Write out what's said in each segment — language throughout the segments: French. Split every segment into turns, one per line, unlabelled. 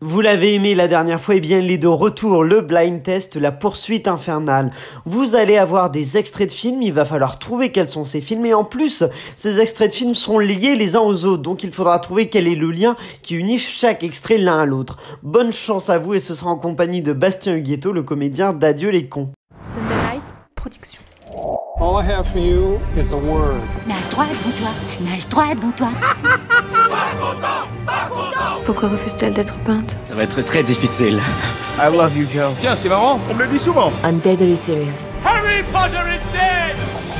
Vous l'avez aimé la dernière fois, et bien il est de retour, le blind test, la poursuite infernale. Vous allez avoir des extraits de films, il va falloir trouver quels sont ces films, et en plus, ces extraits de films sont liés les uns aux autres, donc il faudra trouver quel est le lien qui unit chaque extrait l'un à l'autre. Bonne chance à vous, et ce sera en compagnie de Bastien Huguetto, le comédien d'Adieu les cons.
Sunday Night Production.
All I have for you is a word.
Nage droit devant toi, nage droit devant toi.
Pourquoi refuse-t-elle d'être peinte
Ça va être très difficile.
I love you, Joe.
Tiens, c'est marrant, on me le dit souvent.
I'm deadly serious.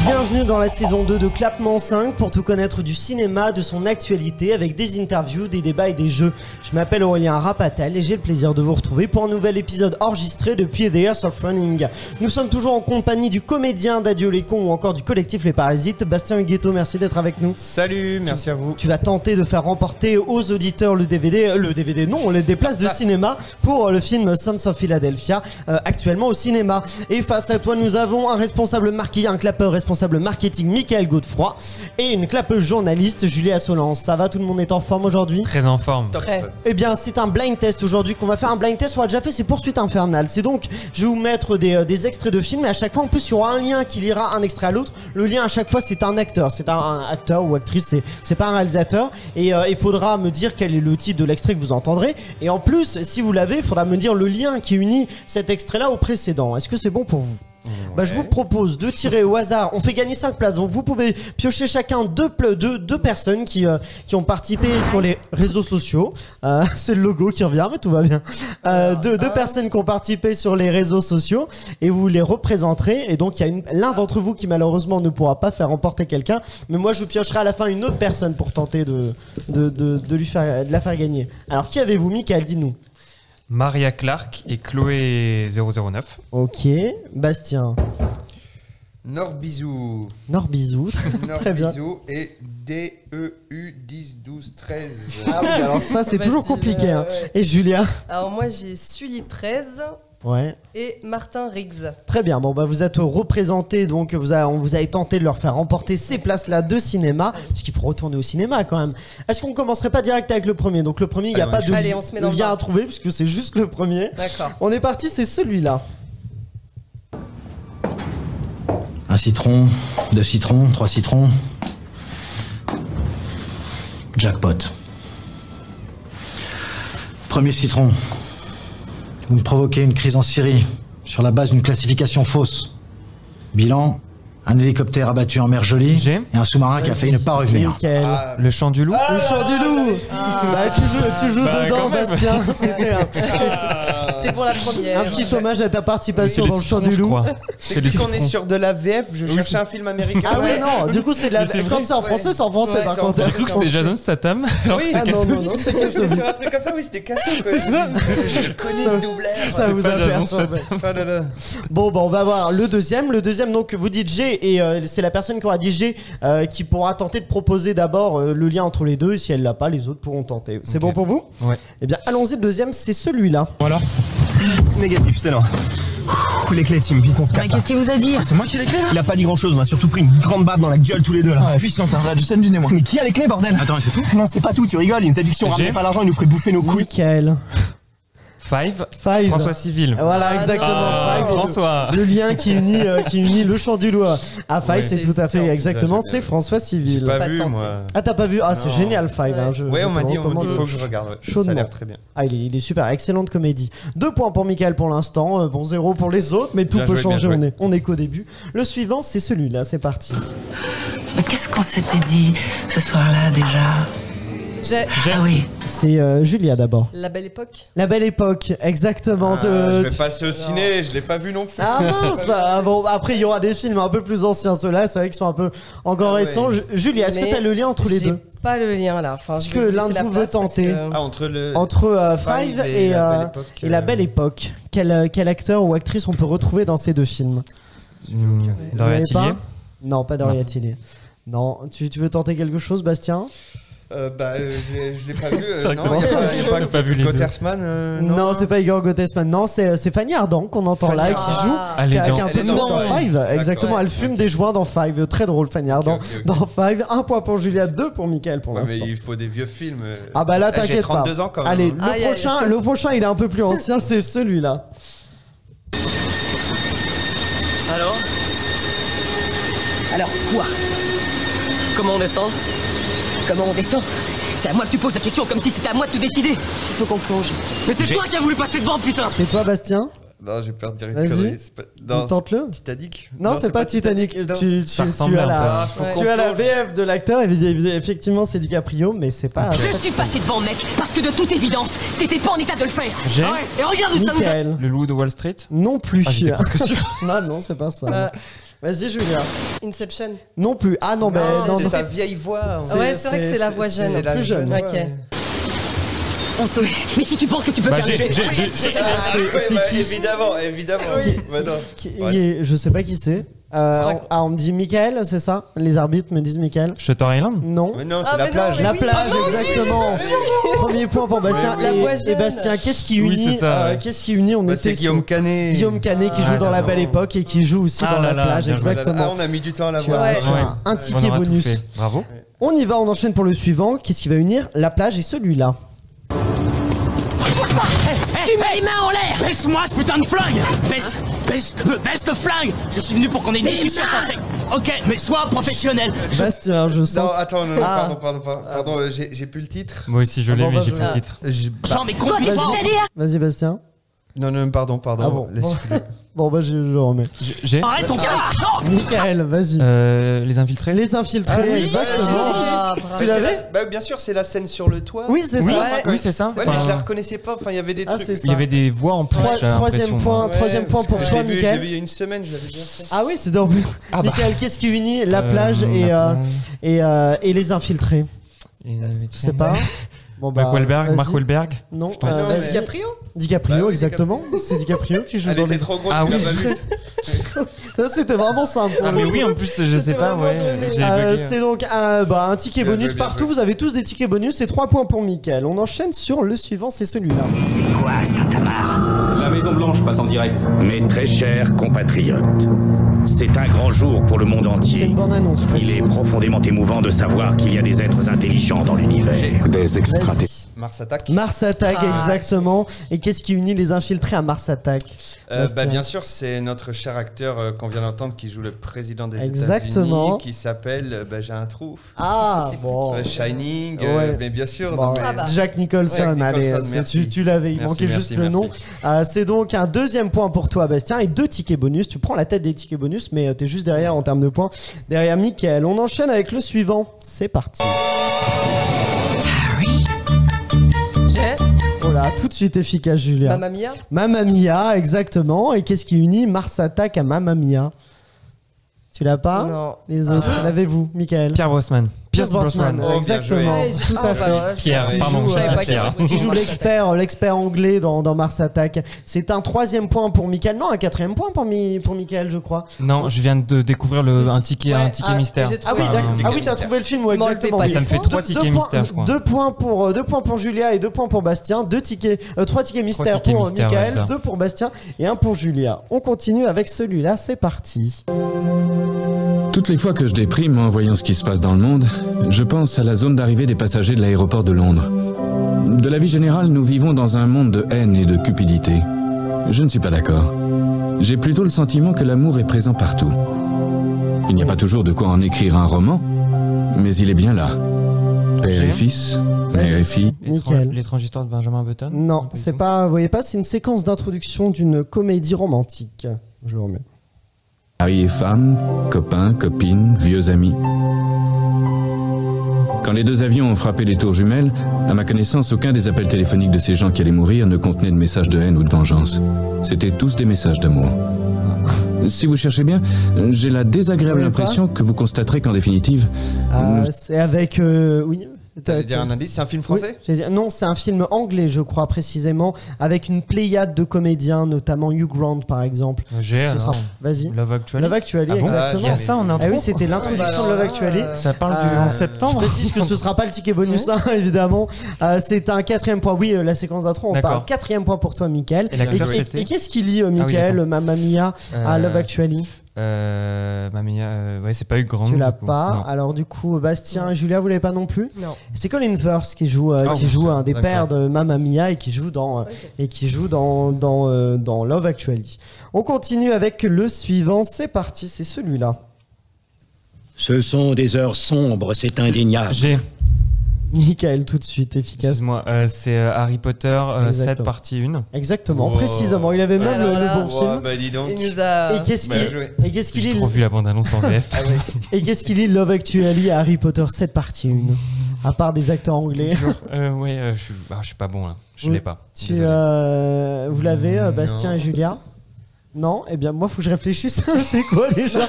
Bienvenue dans la saison 2 de Clapement 5 pour tout connaître du cinéma, de son actualité avec des interviews, des débats et des jeux. Je m'appelle Aurélien Rapatel et j'ai le plaisir de vous retrouver pour un nouvel épisode enregistré depuis The Years of Running. Nous sommes toujours en compagnie du comédien d'Adieu les cons ou encore du collectif Les Parasites. Bastien Huguetto, merci d'être avec nous.
Salut, merci à vous.
Tu vas tenter de faire remporter aux auditeurs le DVD, euh, le DVD non, on les déplace de
Place.
cinéma pour euh, le film Sons of Philadelphia, euh, actuellement au cinéma. Et face à toi, nous avons un responsable marquis, un clapeur responsable marketing, Michael Godefroy, et une clapeuse journaliste, Julia Solence. Ça va, tout le monde est en forme aujourd'hui
Très en forme.
Top.
eh bien, c'est un blind test aujourd'hui qu'on va faire. Un blind test, on a déjà fait, c'est Poursuite Infernale. C'est donc, je vais vous mettre des, euh, des extraits de films et à chaque fois, en plus, il y aura un lien qui liera un extrait à l'autre. Le lien, à chaque fois, c'est un acteur. C'est un, un acteur ou actrice, c'est- c'est pas un réalisateur. Et euh, il faudra me dire quel est le titre de l'extrait que vous entendrez. Et en plus, si vous l'avez, il faudra me dire le lien qui unit cet extrait-là au précédent. Est-ce que c'est bon pour vous bah, je vous propose de tirer au hasard. On fait gagner 5 places. Donc vous pouvez piocher chacun deux, ple- deux, deux personnes qui, euh, qui ont participé sur les réseaux sociaux. Euh, c'est le logo qui revient, mais tout va bien. Euh, deux, deux personnes qui ont participé sur les réseaux sociaux et vous les représenterez. Et donc il y a une- l'un d'entre vous qui malheureusement ne pourra pas faire remporter quelqu'un. Mais moi je piocherai à la fin une autre personne pour tenter de, de, de, de lui faire, de la faire gagner. Alors qui avez-vous mis Dis-nous.
Maria Clark et Chloé 009.
Ok. Bastien.
Norbizou.
Norbizou. Très bien.
Norbizou et E DEU 10 12 13.
Alors ça c'est
Facile,
toujours compliqué. hein.
euh, ouais.
Et Julia
Alors moi j'ai Sully 13
Ouais.
et Martin Riggs.
Très bien. Bon bah vous êtes représentés donc vous a- on vous avez tenté de leur faire remporter ces places là de cinéma parce qu'il faut retourner au cinéma quand même. Est-ce qu'on commencerait pas direct avec le premier Donc le premier il n'y a
Allez,
pas de,
Allez, on se met dans
de
le
lien
bain.
à trouver puisque c'est juste le premier.
D'accord.
On est parti, c'est celui-là.
Un citron, deux citrons, trois citrons. Jackpot. Premier citron. Vous me provoquez une crise en Syrie sur la base d'une classification fausse. Bilan, un hélicoptère abattu en mer Jolie
J'ai.
et un sous-marin qui a failli ne pas revenir.
Nickel.
Le chant du loup.
le chant du loup. Bah, tu joues, tu joues
Bah,
dedans
quand même.
Bastien. C'était un,
C'était pour la première.
un petit hommage à ta participation
C'est le
dans le chant
citron,
du
je
loup.
crois.
C'est
C'est le
vu qu'on est
citron.
sur de la VF, je cherchais un film américain.
Ah oui non, du coup c'est de la quand c'est en français, c'est en français
Ouais,
par
c'est en
contre.
J'ai cru que c'était Jason Statham. alors que
Oui,
c'est
ah
non,
Cassou.
non, non, c'est Kassovitz.
Sur un truc comme ça, oui, c'était cassé. quoi. Je connais
Ça-
ce doubleur.
Ça vous a
pas Jason
perturbé.
Ah là là.
Bon, bah, on va voir le deuxième. Le deuxième, donc, vous dites G, et euh, c'est la personne qui aura dit G euh, qui pourra tenter de proposer d'abord euh, le lien entre les deux. Et si elle l'a pas, les autres pourront tenter. C'est
Ok.
bon pour vous
Ouais.
Eh bien, allons-y. Le deuxième, c'est celui-là.
Négatif, c'est là. Les clés, Tim, vite, on se Ah,
Mais qu'est-ce qu'il vous a dit
C'est moi qui ai les clés là Il a pas dit grand chose, on a surtout pris une grande barbe dans la gueule tous les deux là. Ah, puissante, un je scène du nez moi. Mais qui a les clés bordel Attends, c'est tout Non, c'est pas tout, tu rigoles, il nous a dit que si on
J'ai-
ramenait pas l'argent, il nous ferait bouffer nos couilles.
Nickel.
Five.
Five.
François Civil.
Voilà,
Ah,
exactement.
Ah,
Five.
François.
Le lien qui unit, euh, qui unit le chant du loup à à Five,
Ouais.
c'est
C'est
tout à fait
excellent.
exactement.
Ça,
C'est François
J'ai
Civil.
pas
Pas
vu,
tenté.
moi.
Ah, t'as pas vu Ah, c'est
Non.
génial, Five. hein,
Ouais.
je-
Ouais,
je
on
te
m'a dit, on m'a
recommande.
dit, faut que je regarde. ouais. Ça
Chaudement.
a l'air très bien.
Ah, il est, il est super, excellente comédie. Deux points pour Michael pour l'instant, euh, bon zéro pour les autres, mais tout
Bien
peut
joué, bien
changer,
joué.
on est, on est qu'au début. Le suivant, c'est celui-là, c'est parti.
Mais qu'est-ce qu'on s'était dit ce soir-là déjà
J'ai
Ah oui,
C'est euh, Julia d'abord.
la belle époque.
La belle époque, exactement.
Ah,
euh,
je vais
tu-
passer au ciné, je l'ai pas vu non plus.
Ah mince ah, Bon, après, il y aura des films un peu plus anciens, ceux-là, c'est vrai qu'ils sont un peu encore
Ah ouais.
récents. Ju- Julia, est-ce que
Mais
t'as le lien entre les
J'ai
deux
Pas le lien là. Enfin,
Est-ce que l'un de vous veut tenter
Ah, entre le.
Entre euh, Five et, euh,
Époque,
et La
euh,
Belle Époque, quel, euh, quel acteur ou actrice on peut retrouver dans ces deux films
Hmm, Doria
Vous l'avez
Tillier.
pas Non, pas Doria Tillier. Non, tu, tu veux tenter quelque chose, Bastien
Euh, bah, euh, je, je l'ai pas vu. euh,
C'est vrai que
non, il n'y a pas, y a
J'ai pas vu les deux.
Gottersman, euh,
Non,
non.
c'est pas Igor Gottesman. Non, c'est euh, c'est Fanny Ardant qu'on entend là,
Fanny
qui
Ardant.
joue.
Ah.
Allez, Ah,
qui a-
dans-
qui a un
Elle
peu
est
de
dans
dans
Five.
Five.
D'accord.
Exactement, elle fume des joints dans Five. Euh, Très drôle, Fanny Ardant.
ok, ok.
Dans Five, un point pour Julia, deux pour Michael pour
Ouais, mais
l'instant.
il faut des vieux films. euh.
Ah bah là,
Eh, J'ai
t'inquiète pas.
32 ans quand même.
Allez,
hein.
le
Aïe, aïe.
prochain, le prochain, il est un peu plus ancien, c'est celui-là.
Alors
Alors quoi
Comment on descend
Comment on descend C'est à moi que tu poses la question comme si c'était à moi de te décider. Il faut qu'on plonge.
Mais c'est toi qui as voulu passer devant, putain
C'est toi, Bastien
Non, j'ai peur de dire une
Vas-y.
connerie. c'est Pas... Non, c'est
Tente-le.
Titanic
Non, c'est pas Titanic.
non.
Tu, tu,
Ça
tu
ressemble
as
un
la,
Ah, faut
Ouais.
qu'on
tu as la
plonge.
VF de l'acteur. et Effectivement, c'est DiCaprio, mais c'est pas.
Je suis passé devant, mec, parce que de toute évidence, t'étais pas en état de le faire. Ah
J'ai
Et regarde où ça nous a...
euh, Michael.
le loup de Wall Street.
Non plus.
Ah, j'étais presque sûr.
non, non, c'est pas ça.
Euh,
Vas-y, Julien.
Inception.
Non plus. Ah non, ben
Non,
non,
c'est
non.
sa vieille voix.
C'est-
Ouais, c'est vrai que c'est la voix jeune. hein.
C'est la
plus jeune.
voix,
Ok.
ouais.
On se... Mais si tu penses que tu peux
Bah,
faire
j'ai-
mieux.
j'ai- j'ai- j'ai-
Ah,
C'est-
ouais,
c'est
bah,
qui
Évidemment, évidemment. Bah, non.
Qui-
Ouais,
il est- je sais pas qui c'est. Euh, on, ah, on me dit Michael, c'est ça Les arbitres me disent Michael.
Shutter Island
Non.
Mais non,
Ah,
c'est la
mais non,
plage. Bah,
mais
La
oui.
plage,
Ah non,
exactement. Premier point pour Bastien.
oui. La voix
Et, et
jeune.
Bastien, qu'est-ce qui
Oui,
unit
c'est ça,
euh,
ouais.
Qu'est-ce qui unit On
Bah,
était
c'est Guillaume
sur-
Canet.
Guillaume Canet qui
Ah,
joue dans
ça,
La
ça,
Belle
ça.
Époque et qui joue aussi
Ah
dans
là
La
là,
plage,
bien joué.
Ah,
exactement.
on a mis du temps à la
Tu vois,
voir.
Ouais.
tu vois, un
On
ticket
aura tout
bonus.
fait. Bravo.
On y va, on enchaîne pour le suivant. Qu'est-ce qui va unir La plage et celui-là.
Tu mets les mains en l'air
Baisse-moi ce putain de flingue Baisse, baisse, euh, baisse le flingue Je suis venu pour qu'on ait une
Mais
discussion
Hein ça
sensée Ok, mais sois professionnel
Bastien, je
Non,
sens.
attends, non, non,
Ah.
pardon, pardon, pardon, pardon, euh, j'ai j'ai plus le titre.
Moi aussi, je
Ah
l'ai,
bon, bah,
mais j'ai
je-
plus le titre.
Je- bah,
Genre, mais
Toi, t'es
complètement
c'est-à-dire
Vas-y, Bastien.
Non, non, pardon, pardon.
Ah bon.
laisse-le.
Bon, bah, je, je le remets.
J'ai- J'ai
Arrête ton frère
Michael, vas-y.
euh, les infiltrés.
Les infiltrés,
Ah oui,
exactement.
vas-y.
Ah,
Tu
Mais
bravo.
c'est
l'avais
la- bah, Bien sûr, c'est la scène sur le toit.
Oui, c'est
Oui,
ça.
Ouais.
oui, c'est ça.
Ouais, mais
Enfin,
je la reconnaissais pas. Enfin, il y avait des
Ah,
trucs.
c'est
il y
ça.
avait des voix en plus.
Trois-
j'ai l'impression, hein.
troisième point,
moi.
Ouais,
troisième point
parce que
pour
je
toi,
l'ai vu-
Mickaël.
Je l'ai vu il y a une semaine, je l'avais déjà fait.
Ah oui, c'est dans.
Ah bah.
Michael, qu'est-ce qui unit la
Euh,
plage et,
la
euh,
plage.
et, euh, et les infiltrés
Et, euh,
Je sais pas. Bon, bah,
Mark Wahlberg,
vas-y.
Mark Wahlberg.
Non,
Je sais pas.
euh,
Non,
vas-y.
mais-
DiCaprio
Bah oui,
exactement. C'est DiCaprio qui joue
Elle
dans
était
les.
trop grosse,
Ah
tu l'as
oui.
pas vu.
Ça, C'était vraiment simple.
Ah mais oui en plus je sais pas ouais j'ai hein.
Euh,
bugué.
c'est donc un, bah, un ticket
Bien joué,
bonus
bien
partout.
joué.
Vous avez tous des tickets bonus et 3 points pour Michael. On enchaîne sur le suivant, c'est celui-là.
La Maison Blanche passe en direct.
Mes très chers compatriotes, c'est un grand jour pour le monde
C'est
entier.
une bonne annonce, je précise.
profondément émouvant de savoir qu'il y a des êtres intelligents dans l'univers.
Des
Vas-y.
Mars Attack.
Mars Attack,
Ah.
exactement. Et qu'est-ce qui unit les infiltrés à Mars Attack
Euh, bah,
Bastien.
bien sûr, c'est notre cher acteur euh, qu'on vient d'entendre qui joue le président des
Exactement.
États-Unis, qui s'aple euh, bah, J'ai un trou.
Ah,
Je sais plus
bon.
Euh, Shining,
Ouais.
euh, mais bien sûr.
Bon,
non, mais-
Ah bah.
Jack Nicholson,
Ouais, Nicholson,
allez, c'est-
merci.
tu, tu l'avais, il
Merci,
manquait
merci,
juste le
merci.
nom. Euh, c'est donc un deuxième point pour toi, Bastien, et deux tickets bonus. Tu prends la tête des tickets bonus, mais euh, t'es juste derrière en termes de points. Derrière Mickaël, on enchaîne avec le suivant. C'est parti.
J'ai
Oh là, tout de suite efficace, Julia.
Mamma Mia.
Mamma Mia, exactement. Et qu'est-ce qui unit Mars Attack à Mamma Mia Tu l'as pas
Non. Ah.
Les autres, l'avez-vous, Michael
Pierre Brosnan.
Pierce Brosnan,
Oh, bien
exactement.
Ouais, j'ai-
Tout
ah,
à
bah,
fait.
ouais, je-
Pierre,
je-
pardon,
je savais
j'étais
pas
Pierre.
qu'il y avait-
qui joue
Ah,
l'expert, euh, l'expert anglais dans, dans Mars Attack. C'est un troisième point pour Michael. Non, un quatrième point pour, Mi- pour Michael, je crois.
Non je viens de découvrir le, un ticket un
Ouais,
ticket
ah,
mystère.
j'ai
Ah
trouvé- euh,
oui,
Enfin,
d'accord.
ticket
Ah oui, t'as
mystère.
trouvé le film, ouais,
M'enlevez
exactement.
pas les Ça
me fait
Deux-
trois tickets
deux
mystères,
points-
je crois.
Deux points pour, euh, deux points pour Julia et deux points pour Bastien. Deux tickets, euh, trois tickets mystères
tickets
pour euh,
mystères, ouais,
Michael,
ça.
deux pour Bastien et un pour Julia. On continue avec celui-là, c'est parti.
Toutes les fois que je déprime en voyant ce qui se passe dans le monde, je pense à la zone d'arrivée des passagers de l'aéroport de Londres. De la vie générale, nous vivons dans un monde de haine et de cupidité. Je ne suis pas d'accord. J'ai plutôt le sentiment que l'amour est présent partout. Il n'y a pas toujours de quoi en écrire un roman, mais il est bien là. Père et
J'ai-
fils, mère et fille.
L'étrange-
Nickel.
L'étrange histoire de Benjamin Button.
Non,
Pas du
c'est
tout.
pas, vous voyez pas, c'est une séquence d'introduction d'une comédie romantique. Je le remets.
Mari et femme, copains, copines, vieux amis. Quand les deux avions ont frappé les tours jumelles, à ma connaissance, aucun des appels téléphoniques de ces gens qui allaient mourir ne contenait de messages de haine ou de vengeance. C'était tous des messages d'amour. Si vous cherchez bien, j'ai la désagréable
Vous voulez pas
impression que vous constaterez qu'en définitive,
Euh, c'est Ah, avec, euh, oui,
T'allais dire un indice, c'est un film français
Oui, j'allais dire- Non, c'est un film anglais, je crois précisément, avec une pléiade de comédiens, notamment Hugh Grant par exemple.
Ah, J'ai.
Ce sera- Vas-y.
Love Actually.
Love Actually,
Ah bon
exactement.
Il y a ça en
Ah
intro.
oui, c'était l'introduction de Love Actually.
Ça parle du-
Euh,
en septembre.
Je précise que ce sera pas le ticket bonus, hein, évidemment. Euh, c'est un quatrième point. Oui, euh, la séquence d'intro, on
D'accord.
parle. Quatrième point pour toi, Michael.
Et l'acteur, c'était
qu'est-ce qu'il lit, euh,
Ah oui,
Michael,
d'accord.
Mamma Mia, à
Euh,
Love Actually
Euh, Mamia, euh, ouais, c'est pas eu grand.
tu l'as pas. Alors du coup, Bastien et Julia, vous l'avez pas non plus.
Non.
C'est Colin Firth qui joue, euh,
Ah
qui
oui,
joue un des
d'accord.
pères de Mamma Mia et qui joue dans euh, et qui joue dans dans, euh, dans Love Actually. On continue avec le suivant. C'est parti, c'est celui-là.
Ce sont des heures sombres, c'est indéniable.
J'ai.
Michael, tout de suite, efficace.
Excuse-moi, euh, c'est euh, Harry Potter euh, 7
Exactement.
partie 1.
Exactement, précisément. Il
Oh
avait même
Alors
le, le
là-
bon film.
bah dis donc.
Il nous a.
Et qu'est-ce
Bien
qu'il
joué.
et qu'est-ce qu'il
J'ai
est Ah
trop vu la bande-annonce en VF.
et qu'est-ce qu'il est Love Actually à Harry Potter 7 partie 1 À part des acteurs anglais.
Euh, ouais, euh, je suis ah, je suis pas bon là. Je
Oui.
l'ai pas.
Tu,
Désolé.
euh, vous l'avez, euh, Bastien
Non.
et Julia Non Eh bien, moi, faut que je réfléchisse. c'est quoi déjà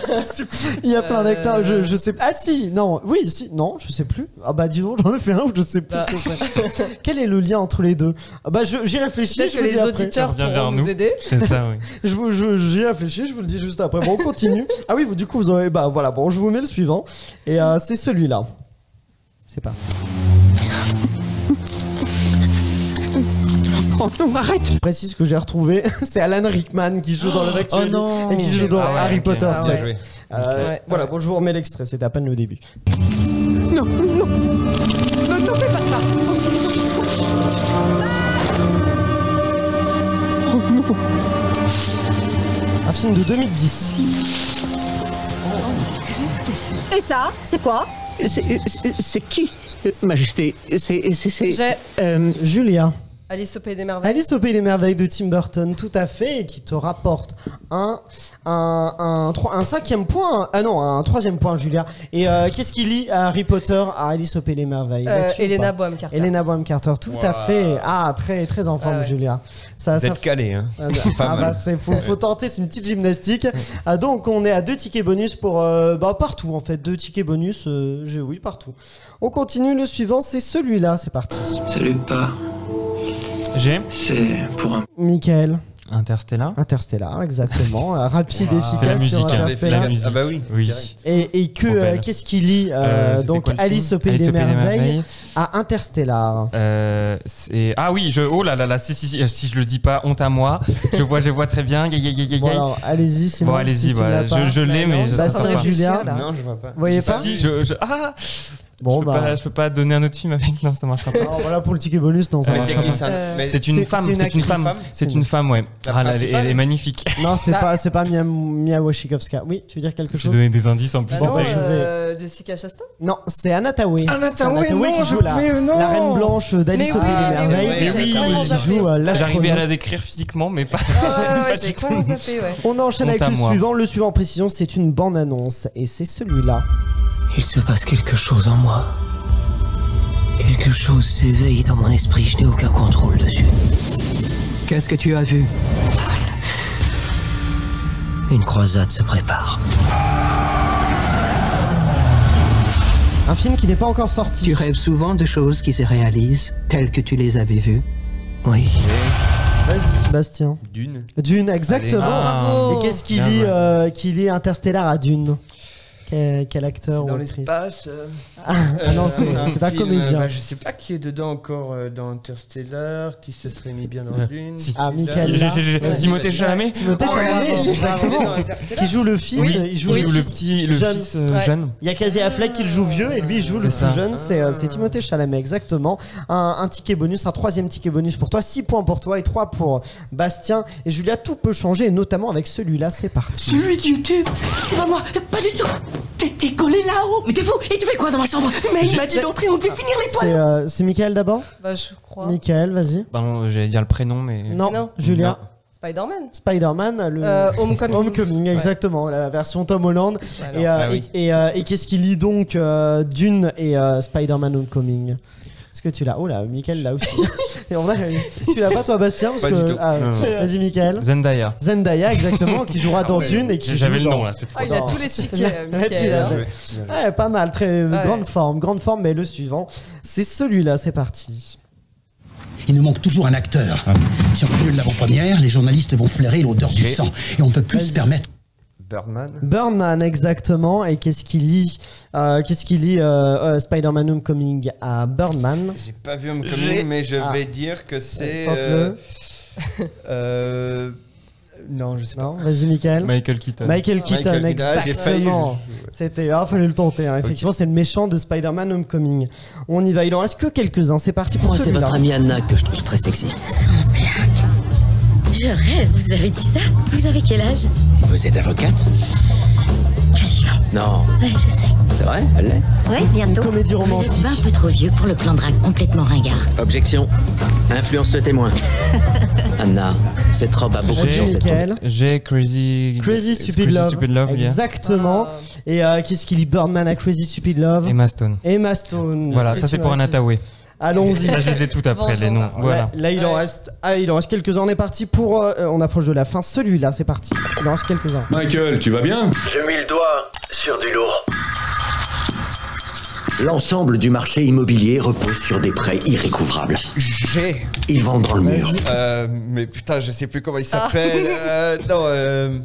Il y a plein d'acteurs. Je, je sais. Ah si, non, oui, si, non, je sais plus. Ah bah dis donc, j'en ai fait un où je sais plus
Bah.
ce que c'est. Quel est le lien entre les deux Ah Bah je- j'y réfléchis.
Peut-être
je
que
vous dis
les
après.
auditeurs
Reviens
pourront
vers nous.
nous aider.
C'est ça, oui.
Je vous, je- j'y ai réfléchi, je vous le dis juste après. Bon, on continue. ah oui, vous, du coup, vous aurez. Bah voilà, bon, je vous mets le suivant. Et euh, c'est celui-là. C'est parti.
Oh non, arrête
Je précise que j'ai retrouvé. c'est Alan Rickman qui joue dans le Actually
Oh non
et qui joue dans
Ah ouais,
Harry
ok.
Potter
Ah
sept.
Bien joué.
Euh,
Ouais.
Voilà, bon, je vous remets l'extrait, c'était à peine le début.
Non, non Ne, ne fais pas ça
Oh Un film de 2010.
Et ça, c'est quoi
C'est- c'est- C'est qui, euh, Majesté C'est. c'est- c'est-
J'ai
euh,
Julia.
Alice au Pays des Merveilles.
Alice au Pays des Merveilles de Tim Burton, tout à fait, et qui te rapporte un, un, un, trois- un cinquième point. Ah non, un troisième point, Julia. Et euh, qu'est-ce qu'il lit à Harry Potter à Alice au Pays des Merveilles
Euh,
là-dessus ou
Elena
pas
Boham Carter.
Elena Bonham Carter, tout à
Wow.
fait. Ah, très, très en forme,
Ah ouais.
Julia. Ça,
Vous
ça
êtes calé, hein.
Ah,
Pas mal.
bah, c'est- faut, faut tenter, c'est une petite gymnastique. Ah, donc on est à deux tickets bonus pour euh, bah, partout en fait, deux tickets bonus, euh, je- oui partout. On continue le suivant, c'est celui-là, c'est parti.
Salut, pas.
J'ai.
C'est pour un.
Michael,
Interstellar.
Interstellar, exactement, euh, rapide,
C'est la
efficace
musique.
sur
hein.
Interstellar.
La musique.
Ah bah oui.
Oui.
Et, et que euh,
Propel.
qu'est-ce qu'il lit
Euh, c'était
donc
quoi le
Alice
film
au pays
Alice
des
au Pays des
merveilles
Merveilles.
à Interstellar.
Euh, c'est- ah oui, je, oh là là là, si, si, si, si je le dis pas, honte à moi. Je vois, je vois très bien. Aïe, aïe, aïe, aïe,
Bon
aïe.
alors allez-y,
Bon,
sinon
allez-y,
si tu
voilà,
l'as pas-
je- je l'ai, mais je-
Bastien
ça sort
et
pas.
Julia, vous
Non, je vois pas.
voyez pas
Si, je, je- ah
Bon
je, peux
bah
pas, je peux pas donner un autre film avec. Non, ça marchera pas.
alors, voilà pour le ticket bonus, non ça
Mais
marche
c'est
pas.
qui ça
Euh,
Mais-
C'est une
C'est-
femme,
c'est une
c'est une
actrice.
femme, c'est une femme, ouais.
La
Ah là, elle, est-
principale
elle est magnifique.
Non, c'est
Bah-
pas, c'est pas Mia, Mia Wasikowska. Oui, tu veux dire quelque
J'ai
chose
donné des indices en plus.
Bah
Bon,
non,
bah, je vais-
euh, Jessica Chastain.
Non, c'est Anna Taoué.
Anna
C'est
Thaoué, Ah, non,
qui
je
joue la,
pouvais- non.
la reine blanche d'Alice
Mais
au Pays
oui,
des
mais
Merveilles.
oui,
et qui
oui,
joue
oui.
euh,
J'arrivais à
l'astronaute.
la décrire physiquement, mais pas.
Ah ouais,
Pas
ouais,
du
j'ai
tout.
complètement zappé, ouais.
On enchaîne
Honte
avec
à
le
moi.
suivant. Le suivant, précision, c'est une bande-annonce. Et c'est celui-là.
Il se passe quelque chose en moi. Quelque chose s'éveille dans mon esprit, je n'ai aucun contrôle dessus. Qu'est-ce que tu as vu Une croisade se prépare.
Un film qui n'est pas encore sorti.
Tu rêves souvent de choses qui se réalisent telles que tu les avais vues Oui.
Vas-y, Bastien.
Dune.
Dune, exactement.
Ah.
Bravo.
Et qu'est-ce qu'il
Bien
lit,
joué.
euh, qu'il lit Interstellar à Dune Quel, quel acteur ou
dans
actrice
l'espace. euh,
Ah non, c'est
euh,
c'est un
film,
comédien.
bah, je sais pas qui est dedans encore euh, dans Interstellar, qui se serait mis bien dans
Ouais.
Dune.
Euh, Si.
Ah, Michael.
J'ai- j'ai- j'ai-
Ouais.
Timothée Ah, Chalamet
Timothée Chalamet, exactement. Qui joue le fils. il joue
Il
le
joue le petit, le
Jeune.
fils euh,
Ouais.
jeune.
Il y a Casey Affleck qui le joue vieux et lui il joue le plus
C'est ça.
jeune, c'est euh, c'est Timothée Chalamet exactement. Un, un ticket bonus, un troisième ticket bonus pour toi, 6 points pour toi et 3 pour Bastien et Julia. Tout peut changer et notamment avec celui-là, c'est parti.
Celui de YouTube C'est pas moi Pas du tout T'es- T'es collé là-haut Mais t'es fou Et tu fais quoi dans ma chambre Mais il m'a dit d'entrer, on devait finir les
C'est euh, c'est Michael d'abord
Bah, je crois.
Michael, vas-y.
Pardon, j'allais dire le prénom, mais.
Non,
Non.
Julia.
Spider-Man.
Spider-Man, le
Euh, Homecoming.
Homecoming,
Ouais.
exactement, la version Tom Holland.
Voilà.
Et, euh,
Ah oui.
et, et, euh, et qu'est-ce qu'il lit donc euh, Dune et euh, Spider-Man Homecoming Est-ce que tu l'as Oh là, Michael là aussi. Et en vrai, tu l'as pas toi, Bastien parce
Pas
que-
du tout.
ah,
Non.
Vas-y, Michael.
Zendaya.
Zendaya, exactement, qui jouera dans
Ah ouais.
Dune et qui.
J'avais
joue
le nom,
dans-
là, c'est trop
Ah, il a
dans-
tous les tickets,
Ouais,
Michael,
tu l'as.
hein. Ah
Ouais. Ouais, pas mal, très grande forme, grande forme, mais le suivant, c'est celui-là, c'est parti.
Il nous manque toujours un acteur.
Ah.
Si on cumule l'avant-première, les journalistes vont flairer l'odeur du sang. Et on ne peut plus se permettre.
Birdman.
Birdman, exactement. Et qu'est-ce qu'il lit euh, Qu'est-ce qu'il lit euh, euh, Spider-Man Homecoming à Birdman
J'ai pas vu Homecoming,
J'ai-
mais je
Ah.
vais dire que c'est.
Tente-le.
euh, euh, non, je sais pas.
Vas-y, Michael.
Michael Keaton.
Michael
Michael
Keaton,
Keaton, ah, j'ai failli,
exactement. C'était, ah, fallait le tenter. hein. Effectivement, c'est le méchant de Spider-Man Homecoming. On y va. Il en reste que quelques-uns. C'est parti pour
Moi, c'est
celui-là.
votre amie Anna que je trouve très sexy.
Je rêve, vous avez dit ça Vous avez quel âge
Vous êtes avocate Non.
Ouais, je sais.
C'est vrai Elle l'est
Ouais, bientôt.
Comédie
romantique. Vous êtes pas un peu trop vieux pour le plan drague complètement ringard.
Objection. Influence le témoin. Anna, cette robe a beaucoup de
J'ai-
chance d'être tombée.
J'ai Crazy.
Crazy Stupid
Crazy
Love.
Stupid Love, yeah.
Exactement.
Ah.
Et euh, qu'est-ce qu'il lit Birdman à Crazy Stupid Love
Emma Stone.
Emma Stone.
Voilà, ça
une
c'est pour un
réussite.
Ataway.
Allons-y.
Ça, je les ai toutes après, les noms.
Ouais,
Voilà.
là, il en reste, ah, il en reste quelques-uns. On est parti pour, euh, on approche de la fin. Celui-là, c'est parti. Il en reste quelques-uns.
Michael, tu vas bien
Je mets le doigt sur du lourd. L'ensemble du marché immobilier repose sur des prêts irrécouvrables.
J'ai.
Ils vont dans le mur.
Ah, bah,
Euh, mais putain, je sais plus comment il s'appelle. Euh, non, euh,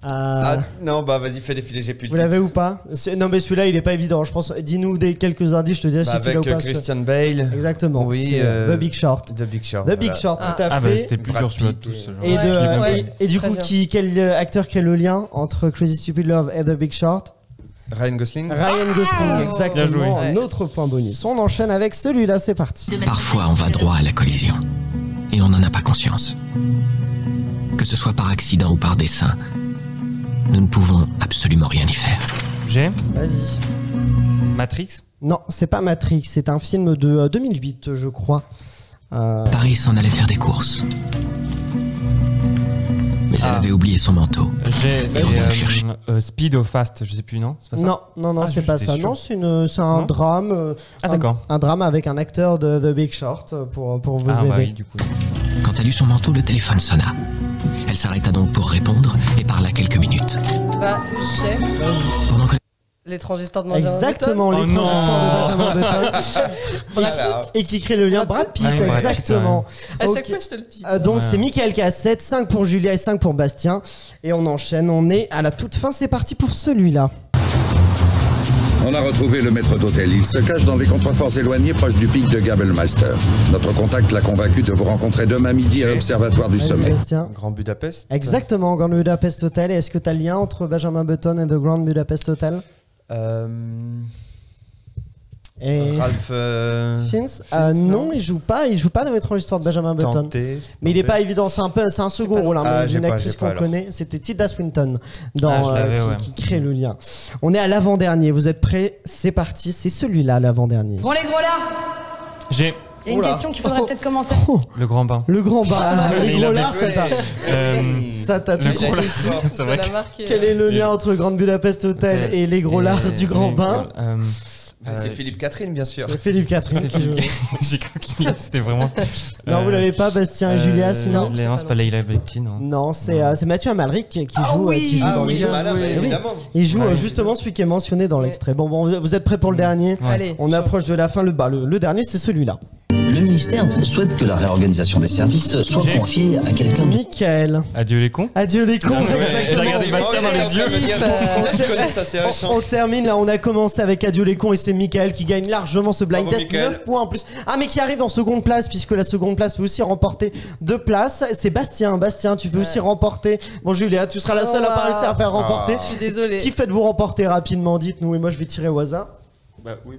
Ah,
ah, non, bah vas-y, fais défiler, j'ai plus
vous
le titre.
l'avez ou pas C'est- Non, mais celui-là, il est pas évident. Je pense. Dis-nous des quelques indices. Je te dirai
Bah,
si tu l'as
avec
ou pas.
euh,
parce que-
Christian Bale.
Exactement.
Oui,
c'est,
euh,
The Big Short.
The Big Short.
The Big Short, tout à
Ah,
fait.
bah, c'était plus dur celui-là tous.
Et,
genre,
de-
je l'ai même
et-
pas.
et du
Très
coup,
bien.
qui, quel euh, acteur crée le lien entre Crazy Stupid Love et The Big Short
Ryan Gosling.
Ryan Gosling, exactement.
Bien joué.
Un autre point bonus. On enchaîne avec celui-là, c'est parti.
Parfois, on va droit à la collision. Et on n'en a pas conscience. Que ce soit par accident ou par dessein, nous ne pouvons absolument rien y faire.
J'ai
Vas-y.
Matrix.
Non, c'est pas Matrix, c'est un film de euh, 2008, je crois.
Ah.
Paris
s'en allait faire des courses. Mais elle
Ah.
avait oublié son manteau.
J'ai c'est,
On va le
euh,
chercher.
euh, Speed ou Fast, je sais plus, non C'est pas ça
Non, non, non,
Ah,
c'est
je-
pas
j'étais
ça.
sûr.
Non, c'est une- c'est un
Non
drame. euh,
Ah,
un-
d'accord.
Un, drame avec un acteur de The Big Short euh, pour, pour vous
Ah,
aider.
bah oui, du Quand elle eut son manteau, le téléphone sonna. Elle s'arrêta donc pour répondre et parla quelques minutes.
Bah, j'ai.
Pendant que
L'étrange histoire de manger
Exactement,
un
Oh
les
bouton.
histoires de Benjamin Button. et, qui, et qui crée le lien Brad Pitt,
Ah oui, Brad Pitt,
exactement.
À
Ok.
chaque fois, je te le pique.
Ah, donc
Ouais.
c'est Michael qui a 7, 5 pour Julia et 5 pour Bastien. Et on enchaîne, on est à la toute fin, c'est parti pour celui-là.
On a retrouvé le maître d'hôtel. Il se cache dans les contreforts éloignés proches du pic de Gabelmaster. Notre contact l'a convaincu de vous rencontrer demain midi à l'Observatoire du
Vas-y,
Sommet.
Bastien.
Grand Budapest.
Exactement, Grand Budapest Hotel. Et est-ce que t'as le lien entre Benjamin Button et The Grand Budapest Hotel
Euh,
Et-
Ralph. euh,
Fins Euh, non, il joue pas, il joue pas dans l'étrange histoire de Benjamin Button.
Tenté, c'est
mais il est
tenté.
pas évident, c'est un peu, c'est un second rôle, hein,
Ah,
mais
j'ai
d'une
pas,
actrice
j'ai pas,
qu'on
alors.
connaît. C'était Tilda Swinton dans, euh,
Ah, je l'avais,
qui,
ouais.
qui crée le lien. On est à l'avant dernier. Vous êtes prêts C'est parti. C'est celui-là, l'avant dernier.
Bon les gros là,
J'ai
il y a une question qu'il faudrait peut-être commencer.
le grand bain.
Ah, Le grand bain,
Ah, Mais
les
il
gros
avait-
lards, ça t'a,
Euh,
ça t'a
le
tout
gros lard,
été.
c'est vrai. que-
Quel est le lien entre Grande Budapest Hotel et les gros lards du grand
et-
bain
euh,
bah,
euh,
c'est Philippe Catherine, bien sûr.
C'est Philippe Catherine
c'est
qui joue.
Philippe- J'ai cru qu'il c'était vraiment.
Non, vous l'avez pas, Bastien et Julia, sinon
les- Euh, Non, c'est pas Leila Bekti, Hein non.
Non, c'est euh, c'est Mathieu Amalric qui qui joue, euh,
oui,
qui joue
ah
dans
oui,
les deux.
voilà, bah,
Oui, oui.
évidemment.
Il joue
Ouais.
euh, justement celui qui est mentionné dans l'extrait. Bon, bon, vous- vous êtes prêts pour le dernier
Allez,
On approche de la fin. Le, bah, le, le dernier, c'est celui-là.
Le ministère souhaite que la réorganisation des services soit confiée à quelqu'un de...
Michael.
Adieu les cons.
Adieu les cons.
Non, mais ouais,
exactement. Euh,
j'ai regardé Bastien dans
Oh,
les yeux.
Je connais ça, c'est
On,
récent.
on termine là, on a commencé avec Adieu les cons et c'est Michael qui gagne largement ce blind
Bravo,
test.
Michael.
9 points en plus. Ah, mais qui arrive en seconde place puisque la seconde place peut aussi remporter deux places. C'est Bastien. Bastien, tu peux aussi remporter. Bon, Julia, tu seras la seule à
Oh.
pas réussir à faire remporter.
Ah.
Je suis désolée.
Qui faites-vous remporter rapidement Dites-nous et moi je vais tirer au hasard.
Bah oui.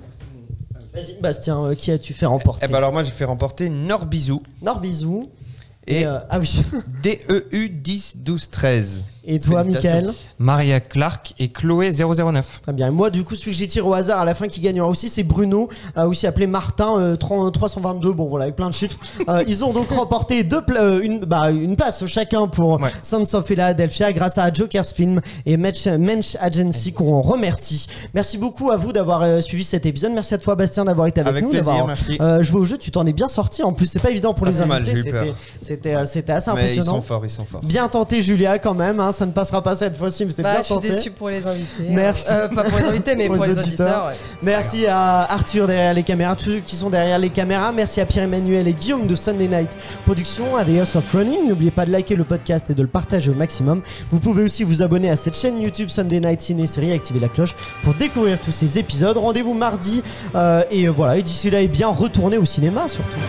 Vas-y, Bastien, euh, qui as-tu fait remporter
Eh ben alors moi j'ai fait remporter Norbizou
Norbizou.
et E
ah oui.
DEU 10 12 13.
Et toi, Michael
Maria Clark et Chloé 009.
Très bien. Et moi, du coup, celui que j'ai tiré au hasard à la fin qui gagnera aussi, c'est Bruno, euh, aussi appelé Martin euh, 30 322. Bon, voilà, avec plein de chiffres. Euh, ils ont donc remporté deux pla- euh, une, bah, une place chacun pour Sons of Philadelphia grâce à Joker's Film et Mensch, Mensch Agency qu'on remercie. Merci beaucoup à vous d'avoir euh, suivi cet épisode. Merci à toi, Bastien, d'avoir été avec,
Avec
nous.
plaisir,
d'avoir,
merci.
euh, joué au jeu, tu t'en es bien sorti. En plus, c'est pas évident pour
Pas
les
si mal,
invités.
j'ai eu peur.
C'était, c'était, euh, c'était assez
Mais ils
impressionnant.
sont forts, ils sont forts.
Bien tenté Julia quand même, hein, ça ne passera pas cette fois-ci, mais c'était
Bah,
bien
je suis
tenté.
déçu pour les invités.
Merci.
Euh, pas pour les invités, mais pour, les auditeurs. ouais.
Merci à Arthur derrière les caméras, tous ceux qui sont derrière les caméras. Merci à Pierre-Emmanuel et Guillaume de Sunday Night Production, à The House of Running. N'oubliez pas de liker le podcast et de le partager au maximum. Vous pouvez aussi vous abonner à cette chaîne YouTube Sunday Night Ciné Série, activer la cloche pour découvrir eh tous ces épisodes. Rendez-vous mardi. euh, et voilà, et d'ici là, et bien retournez au cinéma surtout.